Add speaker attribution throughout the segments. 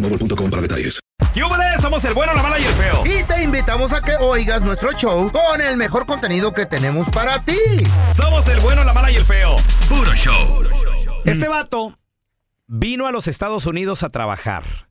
Speaker 1: para detalles.
Speaker 2: ¿Qué hubo de? Somos el bueno, la mala y el feo.
Speaker 3: Y te invitamos a que oigas nuestro show con el mejor contenido que tenemos para ti.
Speaker 2: Somos el bueno, la mala y el feo.
Speaker 1: Puro show.
Speaker 2: Este vato vino a los Estados Unidos a trabajar.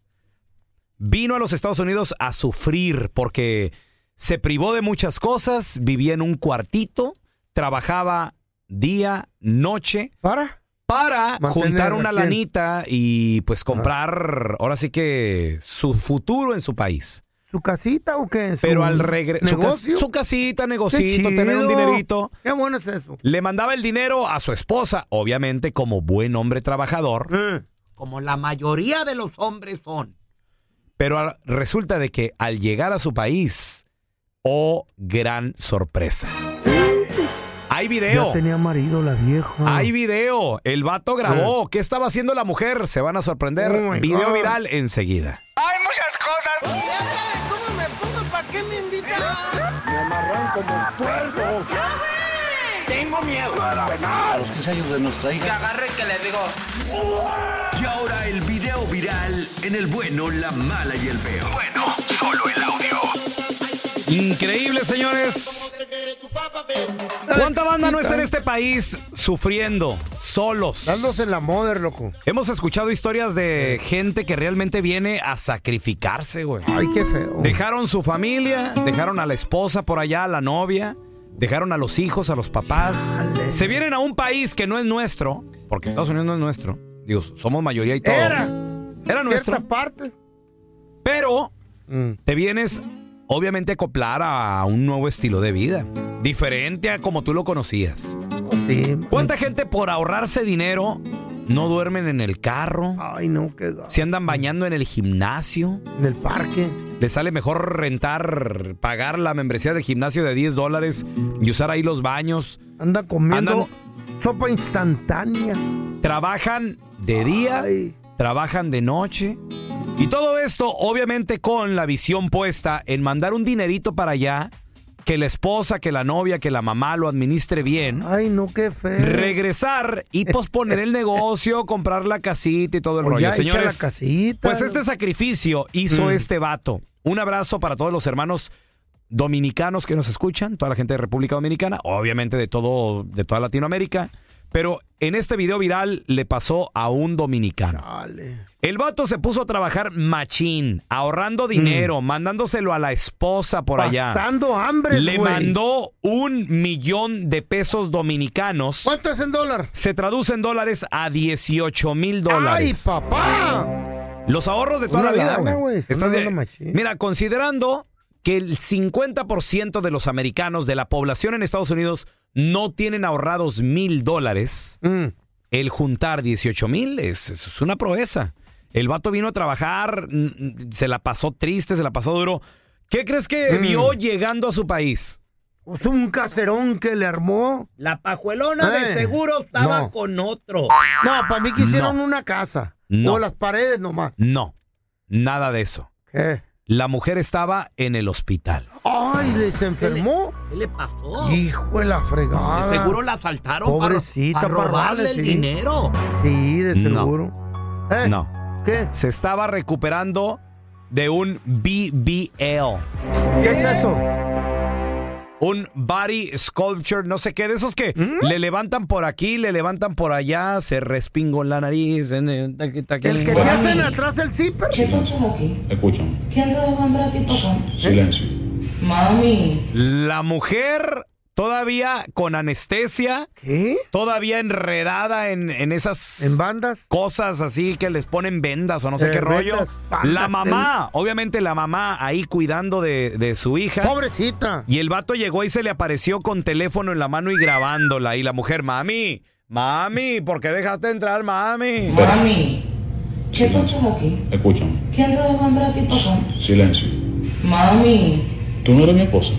Speaker 2: Vino a los Estados Unidos a sufrir porque se privó de muchas cosas, vivía en un cuartito, trabajaba día, noche,
Speaker 3: ¿Para?
Speaker 2: para
Speaker 3: Mantener
Speaker 2: juntar una
Speaker 3: a Ah. quién.
Speaker 2: lanita y pues comprar ahora sí que su futuro en su país.
Speaker 3: ¿Su casita o qué? ¿Su
Speaker 2: Pero al regresar su, cas-
Speaker 3: ¿Negocio?
Speaker 2: su casita,
Speaker 3: Qué
Speaker 2: negocito, tener
Speaker 3: chido.
Speaker 2: un dinerito.
Speaker 3: Qué bueno es eso.
Speaker 2: Le mandaba el dinero a su esposa, obviamente como buen hombre trabajador,
Speaker 3: Eh,
Speaker 2: como la mayoría de los hombres son. Pero al- resulta de que al llegar a su país, oh gran sorpresa. Hay
Speaker 3: ya
Speaker 2: video,
Speaker 3: tenía marido la vieja.
Speaker 2: hay video. El vato grabó. ¿Qué estaba haciendo la mujer? Se van a sorprender.
Speaker 3: Eh. Oh, my
Speaker 2: video
Speaker 3: God.
Speaker 2: viral enseguida.
Speaker 4: Ya sabes cómo me pongo, ¿para qué me invitan?
Speaker 3: Ah,
Speaker 5: Y ahora el video viral en el bueno, la mala y el feo. Bueno, solo el audio.
Speaker 2: Increíble, señores. ¿Cuánta banda no está en este país sufriendo, solos?
Speaker 3: Dándose la moder, loco.
Speaker 2: Hemos escuchado historias de gente que realmente viene a sacrificarse, güey.
Speaker 3: Ay, qué feo.
Speaker 2: Dejaron su familia, dejaron a la esposa por allá, a la novia, dejaron a los hijos, a los papás.
Speaker 3: Chale.
Speaker 2: Se vienen a un país que no es nuestro, porque Estados Unidos no es nuestro. Digo, somos mayoría y todo.
Speaker 3: Era.
Speaker 2: Era nuestro.
Speaker 3: Cierta parte.
Speaker 2: Pero
Speaker 3: Mm.
Speaker 2: te vienes, obviamente, a acoplar a un nuevo estilo de vida. Diferente a como tú lo conocías.
Speaker 3: Sí.
Speaker 2: ¿Cuánta gente por ahorrarse dinero no duermen en el carro?
Speaker 3: Ay, no, qué gato.
Speaker 2: Se andan bañando en el gimnasio.
Speaker 3: En el parque.
Speaker 2: Les sale mejor rentar, pagar la membresía del gimnasio de 10 dólares y usar ahí los baños.
Speaker 3: Anda comiendo sopa instantánea.
Speaker 2: Trabajan de día,
Speaker 3: Ay.
Speaker 2: trabajan de noche. Y todo esto, obviamente, con la visión puesta en mandar un dinerito para allá, que la esposa, que la novia, que la mamá lo administre bien.
Speaker 3: Ay, no, qué feo.
Speaker 2: Regresar y posponer el negocio, comprar la casita y todo el
Speaker 3: Pues
Speaker 2: rollo.
Speaker 3: ya echa
Speaker 2: Señores,
Speaker 3: la casita.
Speaker 2: Pues este sacrificio hizo
Speaker 3: Mm.
Speaker 2: este vato. Un abrazo para todos los hermanos dominicanos que nos escuchan, toda la gente de República Dominicana, obviamente de todo, de toda Latinoamérica. Pero en este video viral le pasó a un dominicano.
Speaker 3: Chale.
Speaker 2: El vato se puso a trabajar machín, ahorrando dinero, mandándoselo a la esposa por allá.
Speaker 3: Mm. Pasando hambre,
Speaker 2: Le
Speaker 3: güey.
Speaker 2: mandó un millón de pesos dominicanos.
Speaker 3: ¿Cuánto es en dólar?
Speaker 2: Se traduce en dólares a 18 mil
Speaker 3: ¡Ay,
Speaker 2: dólares.
Speaker 3: papá!
Speaker 2: Los ahorros de toda
Speaker 3: Una
Speaker 2: la vida,
Speaker 3: lana,
Speaker 2: güey.
Speaker 3: güey, es una
Speaker 2: Estás de-
Speaker 3: lana machín.
Speaker 2: Mira, considerando que el 50% de los americanos de la población en Estados Unidos no tienen ahorrados mil dólares,
Speaker 3: Mm.
Speaker 2: el juntar 18 mil es, es una proeza. El vato vino a trabajar, mm, mm, se la pasó triste, se la pasó duro. ¿Qué crees que
Speaker 3: Mm.
Speaker 2: vio llegando a su país?
Speaker 3: Pues un caserón que le armó.
Speaker 2: La pajuelona
Speaker 3: de seguro estaba
Speaker 2: con otro.
Speaker 3: Eh, No, para mí que hicieron
Speaker 2: No.
Speaker 3: una casa.
Speaker 2: No.
Speaker 3: O las paredes nomás.
Speaker 2: No, nada de eso.
Speaker 3: ¿Qué?
Speaker 2: La mujer estaba en el hospital.
Speaker 3: Ay, ¿les se enfermó?
Speaker 6: ¿Qué le pasó?
Speaker 3: Hijo de la fregada.
Speaker 6: De seguro la asaltaron para-
Speaker 3: Pobrecita,
Speaker 6: para,
Speaker 3: para
Speaker 6: robarle
Speaker 3: robarle,
Speaker 6: el
Speaker 3: sí.
Speaker 6: dinero.
Speaker 3: Sí, de
Speaker 2: No.
Speaker 3: seguro. ¿Eh?
Speaker 2: No.
Speaker 3: ¿Qué?
Speaker 2: Se estaba recuperando de un BBL.
Speaker 3: ¿Qué es eso?
Speaker 2: Un body sculpture, no sé qué, de esos que
Speaker 3: ¿Mm?
Speaker 2: le levantan por aquí, le levantan por allá, se respingo en la nariz. en el taqui, taqui.
Speaker 3: ¿El que te hacen atrás el zipper?
Speaker 7: ¿Qué pasó aquí?
Speaker 8: Escúchame,
Speaker 7: ¿Qué anda dejando la tipa acá?
Speaker 8: silencio.
Speaker 7: Mami.
Speaker 2: La mujer todavía con anestesia,
Speaker 3: ¿Qué?
Speaker 2: todavía enredada en, en esas
Speaker 3: ¿En bandas?
Speaker 2: cosas así que les ponen vendas o no sé
Speaker 3: Eh,
Speaker 2: qué rollo.
Speaker 3: vendas, bandas, eh.
Speaker 2: La mamá, obviamente la mamá ahí cuidando de, de su hija.
Speaker 3: Pobrecita.
Speaker 2: Y el vato llegó y se le apareció con teléfono en la mano y grabándola. Y la mujer, mami, mami, ¿por qué dejaste entrar, mami?
Speaker 7: Mami. ¿Qué pasó aquí?
Speaker 8: Escúchame,
Speaker 7: ¿Qué anda dejando la tipa acá?
Speaker 8: silencio.
Speaker 7: Mami.
Speaker 8: Tú no eres mi esposa.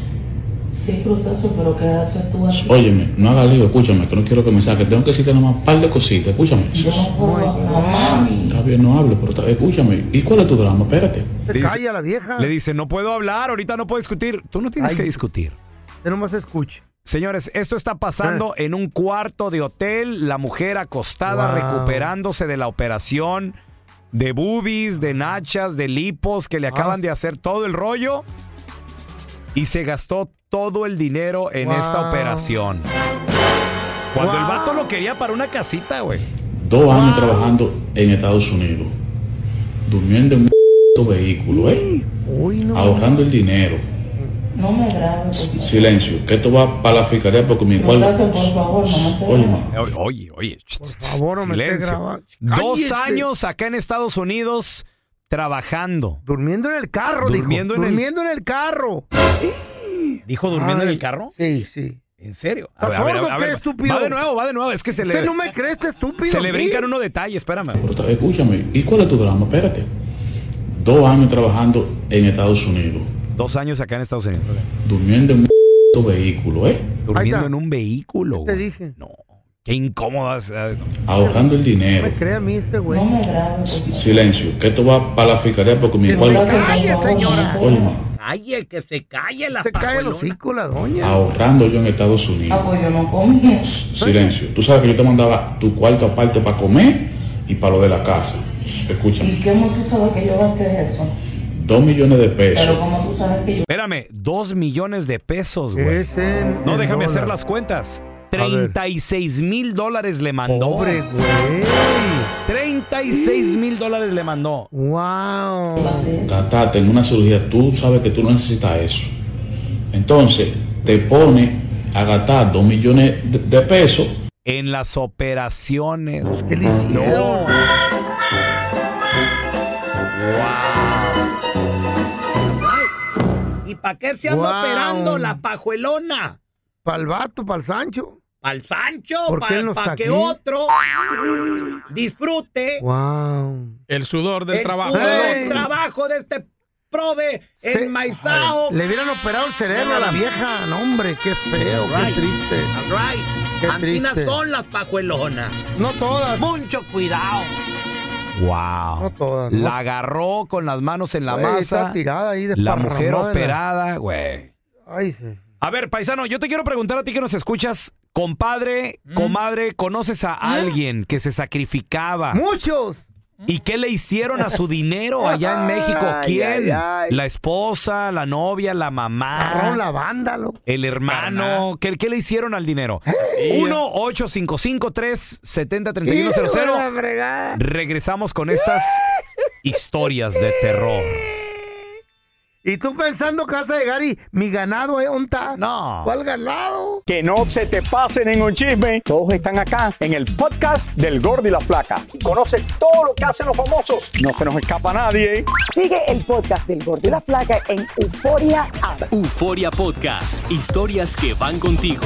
Speaker 7: Sí, proceso, pero ¿qué haces tú aquí?
Speaker 8: Óyeme, no hagas lío, escúchame, que no quiero que me saques. Tengo que decirte nomás un par de cositas, escúchame.
Speaker 7: Yo no puedo hablar, mami.
Speaker 8: Está bien, no hablo, pero está- escúchame. ¿Y cuál es tu drama? Espérate.
Speaker 3: Se
Speaker 2: Dice-
Speaker 3: calla la vieja.
Speaker 2: Le dice, no puedo hablar, ahorita no puedo discutir. Tú no tienes
Speaker 3: Ay.
Speaker 2: que discutir.
Speaker 3: Usted nomás escuche.
Speaker 2: Señores, esto está pasando en un cuarto de hotel, la mujer acostada
Speaker 3: Eh. Wow.
Speaker 2: recuperándose de la operación de boobies, de nachas, de lipos que le
Speaker 3: Ah.
Speaker 2: acaban de hacer todo el rollo y se gastó todo el dinero en
Speaker 3: Wow.
Speaker 2: esta operación. Cuando el
Speaker 3: Wow.
Speaker 2: vato lo quería para una casita, güey.
Speaker 8: Dos años trabajando en Estados Unidos, durmiendo en un vehículo, ¿eh?
Speaker 3: Uy, no.
Speaker 8: Ahorrando el dinero.
Speaker 7: No me grabes. por favor.
Speaker 8: Silencio, que esto va para la fiscalía porque mi
Speaker 7: No lo haces,
Speaker 8: cuerpo.
Speaker 7: por favor, no me
Speaker 8: Óyeme,
Speaker 2: O- Oye, oye. Por
Speaker 3: favor, no me estés grabando.
Speaker 2: Dos
Speaker 3: Cállese.
Speaker 2: años acá en Estados Unidos trabajando.
Speaker 3: Durmiendo en el carro,
Speaker 2: Durmiendo en
Speaker 3: dijo.
Speaker 2: el-
Speaker 3: durmiendo en el carro.
Speaker 2: ¿Dijo
Speaker 3: durmiendo en el carro? Sí, sí.
Speaker 2: ¿En serio?
Speaker 3: ¿Estás sordo o qué, estúpido?
Speaker 2: Va de nuevo, va de nuevo. Es que se
Speaker 3: ¿Usted
Speaker 2: le,
Speaker 3: no me crees, este estúpido?
Speaker 2: se le
Speaker 3: ¿sí?
Speaker 2: brincan unos detalles, espérame.
Speaker 8: pero está- escúchame, ¿y cuál es tu drama? Espérate. Dos años trabajando en Estados Unidos,
Speaker 2: Dos años acá en Estados Unidos.
Speaker 8: durmiendo en un vehículo, ¿eh?
Speaker 2: Durmiendo
Speaker 3: está.
Speaker 2: en un vehículo.
Speaker 3: te
Speaker 2: güey.
Speaker 3: dije.
Speaker 2: No. Qué incómodo. o sea,
Speaker 8: Ahorrando el
Speaker 3: No
Speaker 8: dinero.
Speaker 3: me cree a mí este güey.
Speaker 7: No me grabes. por favor.
Speaker 8: Silencio, que esto va para la fiscalía porque mi
Speaker 3: Que
Speaker 7: No
Speaker 3: se
Speaker 7: lo
Speaker 8: cuerpo.
Speaker 7: haces, por
Speaker 3: Calle,
Speaker 7: favor,
Speaker 3: señora.
Speaker 7: no puedo.
Speaker 8: Óyeme,
Speaker 6: Calle, que se calle la
Speaker 3: Se cae el
Speaker 6: pajuelona.
Speaker 3: hocico la doña.
Speaker 8: ahorrando yo en Estados
Speaker 7: Ah,
Speaker 8: Unidos.
Speaker 7: pues yo no comí.
Speaker 8: Silencio, tú sabes que yo te mandaba tu cuarto aparte para comer y para lo de la casa. Escúchame,
Speaker 7: ¿Y cómo tú sabes que yo gasté eso?
Speaker 8: dos millones de
Speaker 7: Pero
Speaker 8: pesos.
Speaker 7: como tú sabes que yo...
Speaker 2: Espérame, dos millones de pesos, güey.
Speaker 3: Es en-
Speaker 2: No,
Speaker 3: en
Speaker 2: déjame
Speaker 3: dólar.
Speaker 2: hacer las cuentas.
Speaker 3: ver.
Speaker 2: 36 mil dólares le mandó.
Speaker 3: Pobre güey.
Speaker 2: 36 mil dólares le mandó.
Speaker 3: Wow.
Speaker 7: gasté eso.
Speaker 8: Tata, en una cirugía, tú sabes que tú no necesitas eso. Entonces, te pone a gastar dos millones de, de pesos.
Speaker 2: En las operaciones.
Speaker 3: Pues, ¿Qué le hicieron?
Speaker 6: ¿Y para qué se anda
Speaker 3: Wow.
Speaker 6: operando la pajuelona?
Speaker 3: Pa'l vato, pa'l Sancho.
Speaker 6: ¿Pal Sancho?
Speaker 3: ¿Por qué
Speaker 6: ¿Para
Speaker 3: él no está
Speaker 6: que
Speaker 3: aquí?
Speaker 6: otro disfrute
Speaker 3: Wow.
Speaker 9: El sudor del
Speaker 6: el
Speaker 9: trabajo.
Speaker 6: sudor,
Speaker 3: Ey.
Speaker 6: el trabajo de este prove
Speaker 3: Se-
Speaker 6: enmaizado?
Speaker 3: Le hubieran operado el cerebro a la vieja. No, hombre, qué feo, qué
Speaker 6: Right.
Speaker 3: triste.
Speaker 6: All right.
Speaker 3: Qué
Speaker 6: Antinas
Speaker 3: triste.
Speaker 6: son las pajuelonas.
Speaker 3: No todas.
Speaker 6: Mucho cuidado.
Speaker 2: Wow.
Speaker 3: No todas. no.
Speaker 2: La agarró con las manos en la
Speaker 3: Güey, Está
Speaker 2: masa.
Speaker 3: tirada ahí
Speaker 2: La
Speaker 3: desparramada en
Speaker 2: mujer
Speaker 3: la-
Speaker 2: operada,
Speaker 6: ¿Eh?
Speaker 2: güey.
Speaker 3: Ay, sí.
Speaker 2: A ver, paisano, yo te quiero preguntar a ti que nos escuchas, compadre,
Speaker 6: Mm.
Speaker 2: comadre, ¿conoces a alguien que se sacrificaba?
Speaker 3: Muchos.
Speaker 2: ¿Y qué le hicieron a su dinero allá en México?
Speaker 3: Ay,
Speaker 2: ¿Quién?
Speaker 3: ay, ay.
Speaker 2: ¿La esposa, la novia, la mamá?
Speaker 3: Agarraron la banda, loco.
Speaker 2: ¿El hermano? ¿Qué, qué le hicieron al dinero?
Speaker 3: eh.
Speaker 2: 1-855-370-3100.
Speaker 3: Hijo de la fregada.
Speaker 2: Regresamos con estas historias de terror.
Speaker 3: Y tú pensando que vas a llegar y mi ganado, ¿eh? ¿Dónde está?
Speaker 2: No.
Speaker 3: ¿Cuál ganado?
Speaker 9: Que no se te pase ningún chisme. Todos están acá en el podcast del Gordi y la Flaca. Y conoce todo lo que hacen los famosos. No se nos escapa nadie.
Speaker 10: Sigue el podcast del Gordo y la Flaca en Euforia App.
Speaker 5: Euforia Podcast. Historias que van contigo.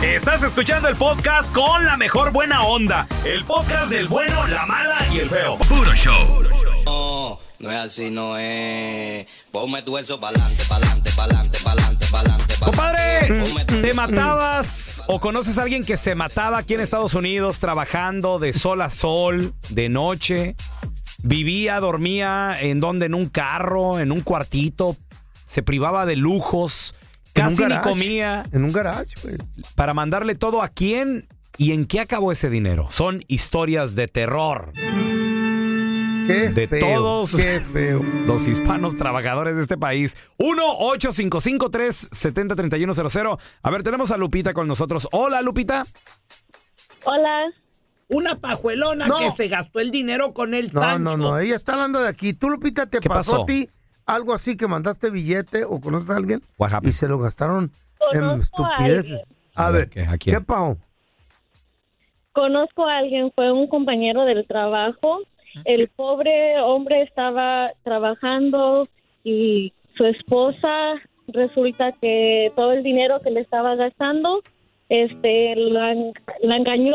Speaker 2: Estás escuchando el podcast con la mejor buena onda. El podcast del bueno, la mala y el feo.
Speaker 5: Puro show.
Speaker 11: No, no es así, no es. Ponme tu eso pa'lante, pa'lante, pa'lante, pa'lante, pa'lante.
Speaker 2: Compadre,
Speaker 3: Mm,
Speaker 2: ¿te matabas o conoces a alguien que se mataba aquí en Estados Unidos trabajando de sol a sol, de noche? Vivía, dormía en donde, en un carro, en un cuartito, se privaba de lujos,
Speaker 3: En un
Speaker 2: casi ni
Speaker 3: garage,
Speaker 2: comía.
Speaker 3: En un garage, güey.
Speaker 2: ¿Para mandarle todo a quién y en qué acabó ese dinero? Son historias de terror. de
Speaker 3: feo,
Speaker 2: todos
Speaker 3: qué
Speaker 2: los hispanos trabajadores de este país. 1-855-370-3100. A ver, tenemos a Lupita con nosotros. Hola, Lupita.
Speaker 12: Hola.
Speaker 6: Una pajuelona que se gastó el dinero con el
Speaker 3: No,
Speaker 6: tancho.
Speaker 3: no, no. Ella está hablando de aquí. Tú, Lupita, ¿te
Speaker 6: ¿Qué
Speaker 3: pasó,
Speaker 6: pasó?
Speaker 3: a ti algo así que mandaste billete o conoces a alguien? Y se lo gastaron en
Speaker 12: Conozco a
Speaker 3: estupideces.
Speaker 12: alguien.
Speaker 3: A, ver, ¿qué, ¿qué pasó?
Speaker 12: Conozco a alguien, fue un compañero del trabajo. El pobre hombre estaba trabajando y su esposa resulta que todo el dinero que le estaba gastando, este, la, en- la engañó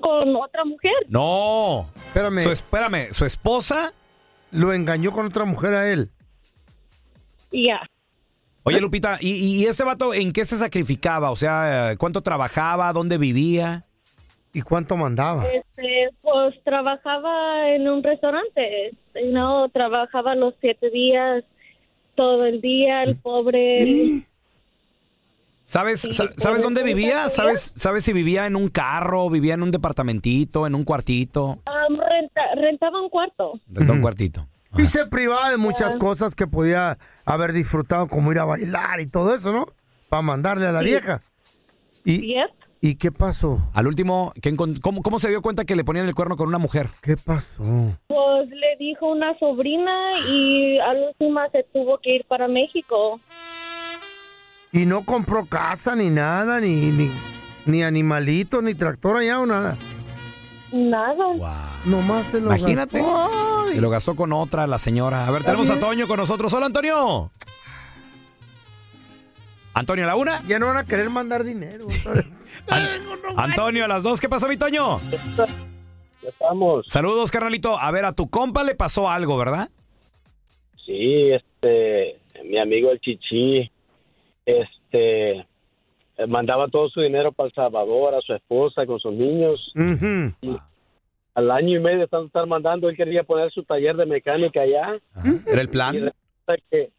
Speaker 12: con otra mujer.
Speaker 2: No.
Speaker 3: Espérame.
Speaker 2: Su, espérame, su esposa.
Speaker 3: Lo engañó con otra mujer a él.
Speaker 12: Y ya.
Speaker 2: Oye, Lupita, ¿y, y- y este vato en qué se sacrificaba? O sea, eh, ¿cuánto trabajaba? ¿Dónde vivía?
Speaker 3: ¿Y cuánto
Speaker 2: Ah.
Speaker 3: mandaba?
Speaker 12: Este, pues trabajaba en un restaurante, este, no, trabajaba los siete días, todo el día, el pobre.
Speaker 2: ¿Sabes, sa- ¿sabes dónde vivía? ¿Sabes, ¿Sabes si vivía en un carro, vivía en un departamentito, en un cuartito?
Speaker 12: um, renta- rentaba un cuarto.
Speaker 2: Rentó un cuartito.
Speaker 3: Y se privaba de muchas cosas que podía haber disfrutado, como ir a bailar y todo eso, ¿no? Para mandarle a la
Speaker 2: Sí.
Speaker 3: vieja. ¿Y, ¿Y qué pasó?
Speaker 2: Al último, ¿qué encon- cómo, cómo se dio cuenta que le ponían el cuerno con una mujer?
Speaker 3: ¿Qué pasó?
Speaker 12: Pues le dijo una sobrina y a la última se tuvo que ir para México.
Speaker 3: Y no compró casa ni nada, ni, ni, ni animalito, ni tractor allá o nada.
Speaker 12: Nada.
Speaker 3: Nomás se lo
Speaker 2: Imagínate.
Speaker 3: gastó.
Speaker 2: Se lo gastó con otra la señora. A ver, tenemos a Toño con nosotros. Hola, Antonio. Antonio a la una.
Speaker 3: Ya no van a querer mandar dinero.
Speaker 2: Antonio a las dos. ¿Qué pasó, mi Toño?
Speaker 13: estamos.
Speaker 2: Saludos, carnalito. A ver, a tu compa le pasó algo, ¿verdad?
Speaker 13: Sí, este, mi amigo el Chichi, este, eh, mandaba todo su dinero para El Salvador, a su esposa, con sus niños.
Speaker 3: Mm.
Speaker 13: Y al año y medio de tanto estar mandando, él quería poner su taller de mecánica allá.
Speaker 2: Era el
Speaker 13: Y
Speaker 2: plan.
Speaker 13: resulta que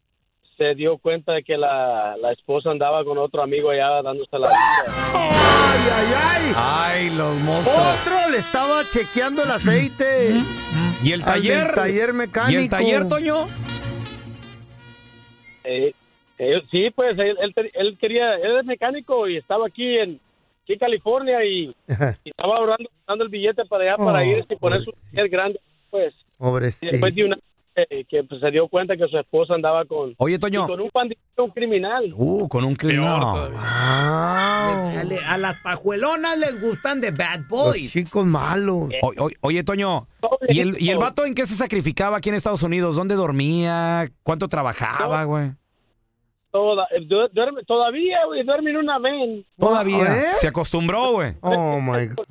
Speaker 13: se dio cuenta de que la, la esposa andaba con otro amigo allá dándose la vida.
Speaker 3: ¡Ay, ay, ay!
Speaker 2: ¡Ay, los monstruos!
Speaker 3: Otro le estaba chequeando el aceite.
Speaker 2: ¿Y el
Speaker 3: Al Ah, del
Speaker 2: taller?
Speaker 3: taller mecánico.
Speaker 2: ¿Y el taller, Toño?
Speaker 13: Eh, eh, sí, pues él, él, te- él quería, él es mecánico y estaba aquí en, aquí en California y, y estaba ahorrando dando el billete para allá para
Speaker 3: Oh,
Speaker 13: irse y poner su taller grande. Pues y
Speaker 3: Pobrecito.
Speaker 13: después de un año eh, que pues, se dio cuenta que su esposa andaba con,
Speaker 2: Oye, Toño.
Speaker 13: y con un pandillero, un criminal.
Speaker 2: Uh, con un criminal.
Speaker 3: Ah.
Speaker 6: A, le- a las pajuelonas les gustan de bad boys.
Speaker 3: chicos malos.
Speaker 2: O- o- oye, Toño, ¿y el, ¿y el vato en qué se sacrificaba aquí en Estados Unidos? ¿Dónde dormía? ¿Cuánto trabajaba, güey?
Speaker 13: toda, eh, du- duerme, todavía, güey, duerme en una ven.
Speaker 2: Todavía. Se acostumbró, güey.
Speaker 3: Oh, my God.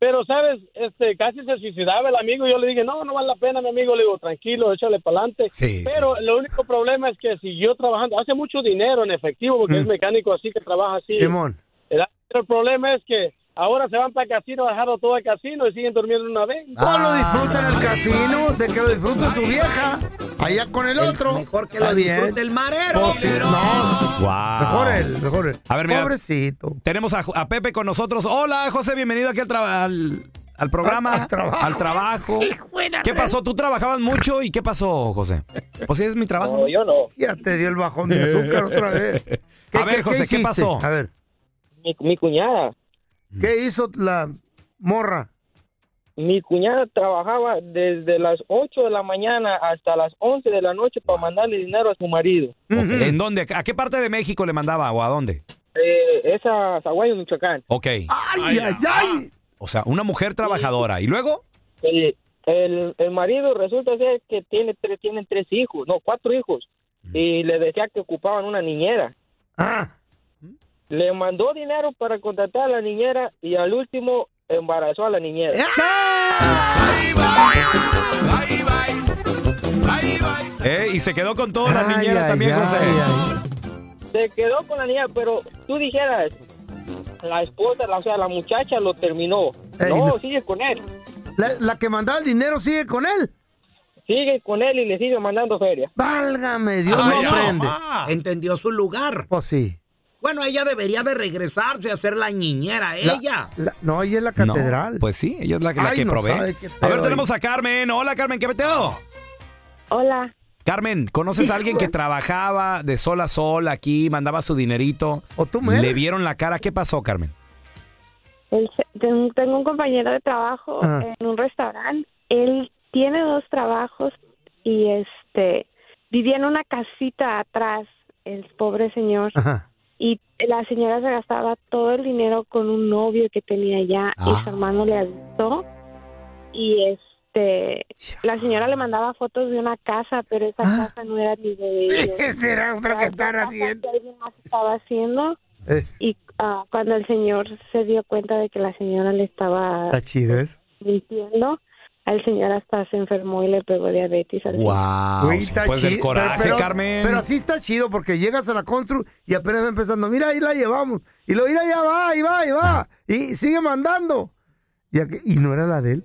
Speaker 13: Pero, ¿sabes? Este, casi se suicidaba el amigo. Yo le dije, no, no vale la pena, mi amigo. Le digo, tranquilo, échale para adelante.
Speaker 2: Sí,
Speaker 13: Pero el único problema es que siguió trabajando. Hace mucho dinero en efectivo porque
Speaker 3: Mm.
Speaker 13: es mecánico así que trabaja así.
Speaker 3: Simón.
Speaker 13: El, el problema es que ahora se van para casino, dejaron todo el casino y siguen durmiendo en una vez.
Speaker 3: No lo
Speaker 2: Ah.
Speaker 3: disfruta en el casino, de que lo disfruta su vieja. Allá con el otro. Mejor que
Speaker 6: lo disfrute el marero.
Speaker 3: no,
Speaker 2: Wow.
Speaker 3: mejor él, mejor él.
Speaker 2: A ver, mira.
Speaker 3: Pobrecito.
Speaker 2: Tenemos a, Ju- a Pepe con nosotros. Hola, José, bienvenido aquí al, tra- al, al programa. Al, trabajo. ¿Qué pasó? ¿Tú trabajabas mucho y qué pasó, José? Pues sí, es mi trabajo.
Speaker 3: No,
Speaker 13: yo no.
Speaker 3: Ya te dio el bajón de azúcar otra vez.
Speaker 2: a ver, José, ¿qué,
Speaker 3: hiciste?
Speaker 2: pasó?
Speaker 3: A ver.
Speaker 13: Mi, cuñada.
Speaker 3: Mm. ¿Qué hizo la morra?
Speaker 14: Mi cuñada trabajaba desde las 8 de la mañana hasta las 11 de la noche
Speaker 3: Ah.
Speaker 14: para mandarle dinero a su marido.
Speaker 2: Ok, ¿En dónde? ¿A qué parte de México le mandaba o a dónde?
Speaker 14: Eh, es a Zaguayo, Michoacán.
Speaker 2: Ok.
Speaker 14: ay, ay!
Speaker 2: O sea, una mujer trabajadora. ¿Y luego?
Speaker 14: El, el- el marido resulta ser que tiene tres, tienen tres hijos, no, cuatro hijos.
Speaker 3: Mm.
Speaker 14: Y le decía que ocupaban una niñera.
Speaker 3: Ah.
Speaker 14: Le mandó dinero para contratar a la niñera y al último embarazó a la niñera.
Speaker 3: ¡Ah!
Speaker 2: Eh, y se quedó con toda la niñera
Speaker 14: ay,
Speaker 2: también,
Speaker 14: ay,
Speaker 2: José.
Speaker 14: Se quedó con la niña, pero tú dijeras, la esposa, la- o sea, la muchacha lo terminó.
Speaker 3: Ey,
Speaker 14: no,
Speaker 3: no.
Speaker 14: sigue con él.
Speaker 3: La, la que mandaba el dinero sigue con él.
Speaker 14: Sigue con él y le sigue mandando feria.
Speaker 3: Válgame, Dios
Speaker 6: Ay,
Speaker 3: no
Speaker 6: no,
Speaker 3: prende.
Speaker 2: Ah.
Speaker 6: Entendió su lugar.
Speaker 3: Pues sí.
Speaker 6: Bueno, ella debería de regresarse a ser la niñera, ella.
Speaker 3: La- no, ella es la catedral.
Speaker 2: pues sí, ella es la, la
Speaker 3: Ay,
Speaker 2: que
Speaker 3: no
Speaker 2: provee.
Speaker 3: sabe qué
Speaker 2: a ver,
Speaker 3: pedo
Speaker 2: tenemos a Carmen. Hola, Carmen, ¿qué peteo?
Speaker 15: Hola.
Speaker 2: Carmen, ¿conoces a alguien que trabajaba de sol a sol aquí, mandaba su dinerito?
Speaker 3: ¿O tú
Speaker 2: Le vieron la cara. ¿Qué pasó, Carmen?
Speaker 15: Él se- ten- tengo un compañero de trabajo
Speaker 2: Ajá.
Speaker 15: en un restaurante. Él tiene dos trabajos y este vivía en una casita atrás, el pobre señor. Y la señora se gastaba todo el dinero con un novio que tenía allá
Speaker 16: Ah.
Speaker 15: y su hermano le avisó. Y este, la señora le mandaba fotos de una casa, pero esa
Speaker 3: Ah.
Speaker 15: casa no era ni de ellos.
Speaker 3: ¿Qué será otra que están haciendo?
Speaker 15: Que alguien más estaba haciendo.
Speaker 3: Eh,
Speaker 15: Y ah, cuando el señor se dio cuenta de que la señora le estaba
Speaker 3: está chido eso.
Speaker 15: mintiendo, el señor hasta se enfermó y le pegó diabetes. al
Speaker 2: Wow.
Speaker 3: Güey, está
Speaker 2: Después pues del
Speaker 3: chido.
Speaker 2: coraje,
Speaker 3: Pero- pero-
Speaker 2: Carmen.
Speaker 3: Pero así está chido porque llegas a la constru y apenas va empezando. Mira, ahí la llevamos. Y lo mira, ya va, ahí va, ahí va. Y sigue mandando. Y, aquí- y no era la de él.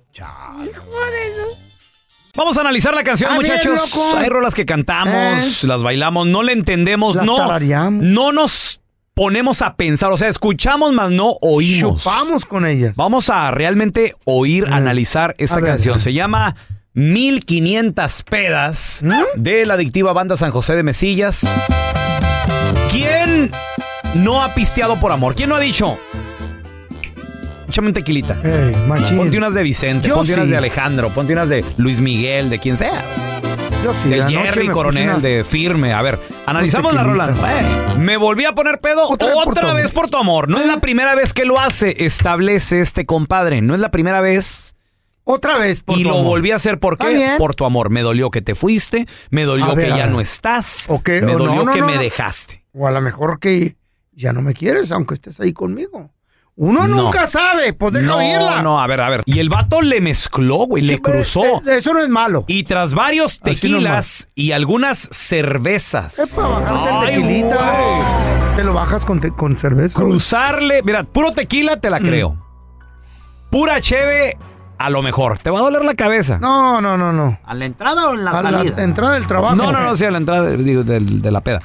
Speaker 2: Vamos a analizar la canción,
Speaker 3: Ah, bien,
Speaker 2: muchachos.
Speaker 3: loco. Eh.
Speaker 2: Hay rolas que cantamos, las bailamos, no la entendemos,
Speaker 3: Las
Speaker 2: no.
Speaker 3: tarareamos.
Speaker 2: No nos ponemos a pensar, o sea, escuchamos más no oímos.
Speaker 3: Chupamos con ella.
Speaker 2: Vamos a realmente oír, analizar esta
Speaker 3: a ver,
Speaker 2: canción.
Speaker 3: a ver.
Speaker 2: Se llama 1500 pedas
Speaker 3: ¿Mm?
Speaker 2: de la adictiva banda San José de Mesillas. ¿Quién no ha pisteado por amor? ¿Quién no ha dicho? Échame un tequilita. ponte unas de Vicente,
Speaker 3: Yo
Speaker 2: ponte unas
Speaker 3: sí.
Speaker 2: de Alejandro, ponte unas de Luis Miguel, de quien sea.
Speaker 3: Yo sí,
Speaker 2: de
Speaker 3: anoche me
Speaker 2: Jerry
Speaker 3: puse
Speaker 2: Coronel,
Speaker 3: una-
Speaker 2: de Firme. A ver, analizamos la
Speaker 3: tequilita.
Speaker 2: Rolanda. me volví a poner pedo otra, vez, por tu amor. No es
Speaker 3: Eh.
Speaker 2: la primera vez que lo hace, establece este compadre. No es la primera vez.
Speaker 3: Otra vez por
Speaker 2: Y
Speaker 3: tu
Speaker 2: lo
Speaker 3: amor.
Speaker 2: volví a hacer ¿por
Speaker 3: Está
Speaker 2: qué?
Speaker 3: bien.
Speaker 2: por tu amor. Me dolió que te fuiste, me
Speaker 3: A
Speaker 2: dolió
Speaker 3: ver,
Speaker 2: que
Speaker 3: a
Speaker 2: ya
Speaker 3: ver.
Speaker 2: no estás,
Speaker 3: O que-
Speaker 2: me
Speaker 3: o no,
Speaker 2: dolió
Speaker 3: no,
Speaker 2: que
Speaker 3: no,
Speaker 2: me
Speaker 3: no.
Speaker 2: dejaste.
Speaker 3: O a lo mejor que ya no me quieres, aunque estés ahí conmigo. Uno
Speaker 2: No.
Speaker 3: nunca sabe. Pues deja
Speaker 2: no,
Speaker 3: oírla. eh,
Speaker 2: no, a ver, a ver. Y el vato le mezcló, güey, le cruzó.
Speaker 3: eso no es malo.
Speaker 2: Y tras varios
Speaker 3: nomás.
Speaker 2: tequilas y algunas cervezas.
Speaker 3: Es para bajarte el
Speaker 2: Ay,
Speaker 3: tequilita. Te lo bajas con, te- con cerveza.
Speaker 2: Cruzarle, mira, puro tequila te la
Speaker 3: Mm.
Speaker 2: creo. Pura cheve, a lo mejor. Te va a doler la cabeza.
Speaker 3: No, no, no, no.
Speaker 6: ¿A la entrada o en la
Speaker 3: A la
Speaker 6: salida?
Speaker 3: entrada del trabajo.
Speaker 2: No, no, no, sí, a la entrada digo, del- de, la peda.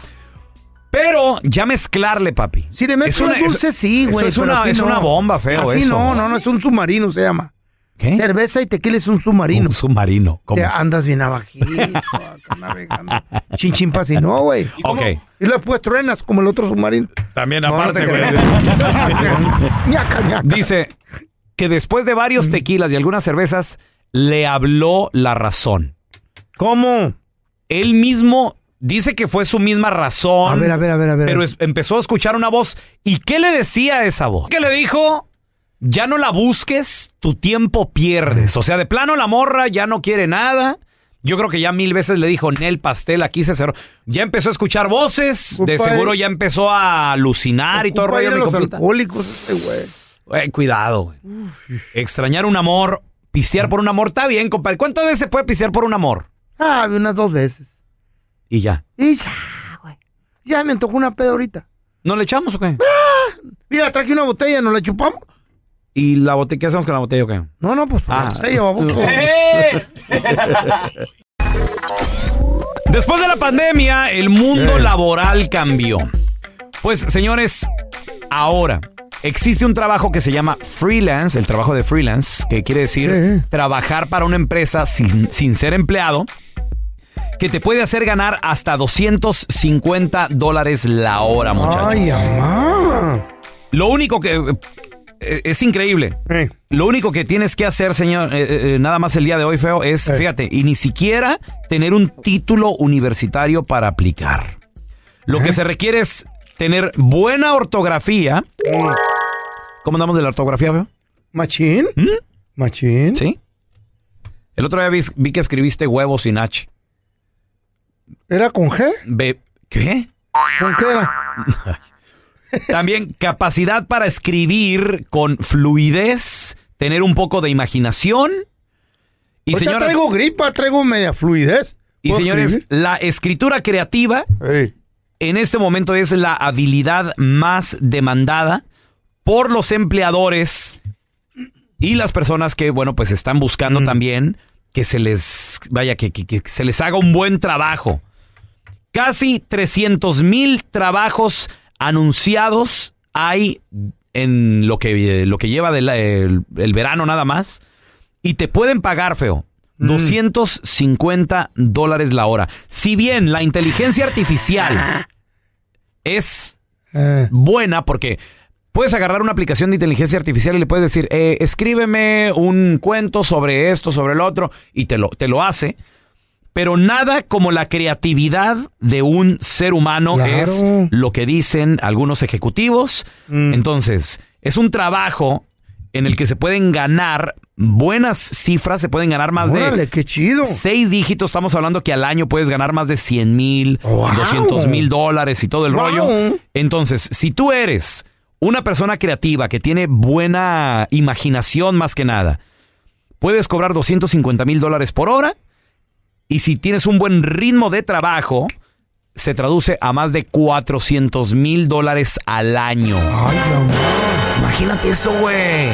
Speaker 2: Pero ya mezclarle, papi.
Speaker 3: Si le metes un dulce, sí,
Speaker 2: eso
Speaker 3: güey.
Speaker 2: es
Speaker 3: pero
Speaker 2: una,
Speaker 3: así
Speaker 2: es
Speaker 3: no.
Speaker 2: una bomba, feo
Speaker 3: así
Speaker 2: eso.
Speaker 3: no, no, no, es un submarino, se llama.
Speaker 2: ¿Qué?
Speaker 3: Cerveza y tequila es un submarino.
Speaker 2: Un submarino. ¿Cómo?
Speaker 3: Te andas bien abajito, acá navegando. Chin, chin, pa, si no, güey.
Speaker 2: Ok.
Speaker 3: Y después truenas como el otro submarino.
Speaker 2: También
Speaker 3: No, no
Speaker 2: aparte,
Speaker 3: te
Speaker 2: güey.
Speaker 3: Ñaca, ñaca.
Speaker 2: Dice que después de
Speaker 3: Mm.
Speaker 2: varios tequilas y algunas cervezas, le habló la razón.
Speaker 3: ¿Cómo?
Speaker 2: Él mismo dice que fue su misma razón.
Speaker 3: A ver, a ver, a ver, a ver.
Speaker 2: Pero es- empezó a escuchar una voz. ¿Y qué le decía esa voz? ¿Qué le dijo? Ya no la busques, tu tiempo pierdes. O sea, de plano la morra ya no quiere nada. Yo creo que ya mil veces le dijo, Nel Pastel, aquí se cerró. Ya empezó a escuchar voces, de
Speaker 3: Ocupa
Speaker 2: seguro
Speaker 3: ir-
Speaker 2: ya empezó a alucinar y todo el
Speaker 3: Ocupa
Speaker 2: rollo,
Speaker 3: ir a
Speaker 2: mi
Speaker 3: los
Speaker 2: compita.
Speaker 3: alcohólicos este güey.
Speaker 2: Güey, cuidado, güey. Extrañar un amor, pistear por un amor, está bien, compadre. ¿Cuántas veces se puede pistear por un amor?
Speaker 3: Ah, de unas dos veces.
Speaker 2: Y ya.
Speaker 3: Y ya, güey. Ya me antojó una peda ahorita.
Speaker 2: ¿No le echamos o qué?
Speaker 3: Mira, traje una botella, ¿nos la chupamos?
Speaker 2: ¿Y la botella? ¿Qué hacemos con la botella o qué?
Speaker 3: No, no, pues
Speaker 2: Ah.
Speaker 3: botella, vamos con-
Speaker 2: Después de la pandemia, el mundo laboral cambió. Pues, señores, ahora existe un trabajo que se llama freelance, el trabajo de freelance, que quiere decir trabajar para una empresa sin, sin ser empleado, que te puede hacer ganar hasta 250 dólares la hora, muchachos.
Speaker 3: Ay, mamá.
Speaker 2: Lo único que... eh, eh, Es increíble. Lo único que tienes que hacer, señor, eh, eh, nada más el día de hoy, feo, es, fíjate, y ni siquiera tener un título universitario para aplicar. Lo que se requiere es tener buena ortografía. ¿Cómo andamos de la ortografía, feo?
Speaker 3: Machín. Machín.
Speaker 2: ¿Mm? Sí. El otro día vi, vi que escribiste huevo sin H.
Speaker 3: ¿Era con G?
Speaker 2: Be- ¿Qué?
Speaker 3: ¿Con qué era?
Speaker 2: También capacidad para escribir con fluidez, tener un poco de imaginación. Y
Speaker 3: Ahorita
Speaker 2: señores,
Speaker 3: traigo gripa, traigo media fluidez.
Speaker 2: y
Speaker 3: ¿Puedo
Speaker 2: señores,
Speaker 3: escribir?
Speaker 2: la escritura creativa en este momento es la habilidad más demandada por los empleadores y las personas que, bueno, pues están
Speaker 3: Mm.
Speaker 2: buscando también que se les, vaya, que, que- que se les haga un buen trabajo. Casi 300 mil trabajos anunciados hay en lo que, eh, lo que lleva del, eh, el, el verano nada más. Y te pueden pagar, feo. 250 dólares la hora. Si bien la inteligencia artificial es
Speaker 3: Eh.
Speaker 2: buena porque puedes agarrar una aplicación de inteligencia artificial y le puedes decir, eh, escríbeme un cuento sobre esto, sobre el otro, y te lo, te lo hace. Pero nada como la creatividad de un ser humano es lo que dicen algunos ejecutivos.
Speaker 3: Mm.
Speaker 2: Entonces, es un trabajo en el que se pueden ganar buenas cifras, se pueden ganar más
Speaker 3: Órale,
Speaker 2: de seis dígitos. Estamos hablando que al año puedes ganar más de 100 mil,
Speaker 3: Wow.
Speaker 2: 200 mil dólares y todo el
Speaker 3: Wow.
Speaker 2: rollo. Entonces, si tú eres una persona creativa que tiene buena imaginación más que nada, puedes cobrar 250 mil dólares por hora y si tienes un buen ritmo de trabajo, se traduce a más de 400 mil dólares al año. Imagínate eso, güey.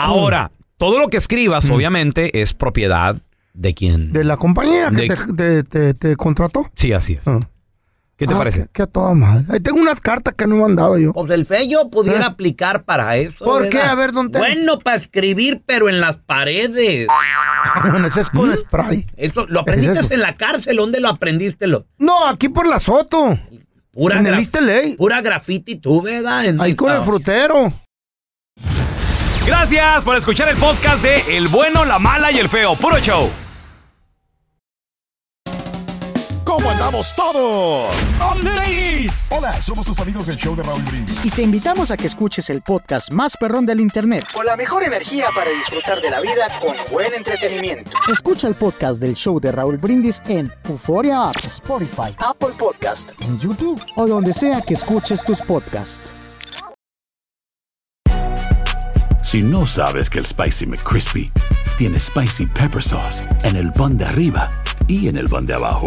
Speaker 2: Ahora, todo lo que
Speaker 3: Mm.
Speaker 2: escribas, obviamente, es propiedad de quien.
Speaker 3: De la compañía
Speaker 2: De-
Speaker 3: que te, te- te- te contrató.
Speaker 2: Sí, así es. ¿Qué te
Speaker 3: Ah,
Speaker 2: parece?
Speaker 3: Que, que a toda madre. Ahí tengo unas cartas que no me han dado yo.
Speaker 6: Pues el fello pudiera aplicar para eso.
Speaker 3: ¿Eh? ¿Por
Speaker 6: ¿verdad?
Speaker 3: qué? A ver, don Tela.
Speaker 6: Bueno, para escribir, pero en las paredes.
Speaker 3: Bueno, ese es
Speaker 2: ¿Mm?
Speaker 3: con spray.
Speaker 6: Eso, ¿Lo aprendiste
Speaker 3: eso?
Speaker 6: en la cárcel? ¿Dónde lo aprendiste? Lo?
Speaker 3: No, aquí por la Soto.
Speaker 6: Pura,
Speaker 3: En el
Speaker 6: graf-
Speaker 3: East LA.
Speaker 6: pura graffiti tú, ¿verdad? En
Speaker 3: Ahí con el
Speaker 6: esta-
Speaker 3: frutero.
Speaker 2: Gracias por escuchar el podcast de El Bueno, la Mala y el Feo. Puro show.
Speaker 16: ¿Cómo andamos todos? Hola, somos tus amigos del show de Raúl Brindis.
Speaker 17: Y te invitamos a que escuches el podcast más perrón del internet.
Speaker 18: Con la mejor energía para disfrutar de la vida con buen entretenimiento.
Speaker 17: Escucha el podcast del show de Raúl Brindis en Euforia App, Spotify,
Speaker 18: Apple Podcast.
Speaker 17: en YouTube o donde sea que escuches tus podcasts.
Speaker 19: Si no sabes que el Spicy McCrispy tiene Spicy Pepper Sauce en el pan de arriba y en el pan de abajo,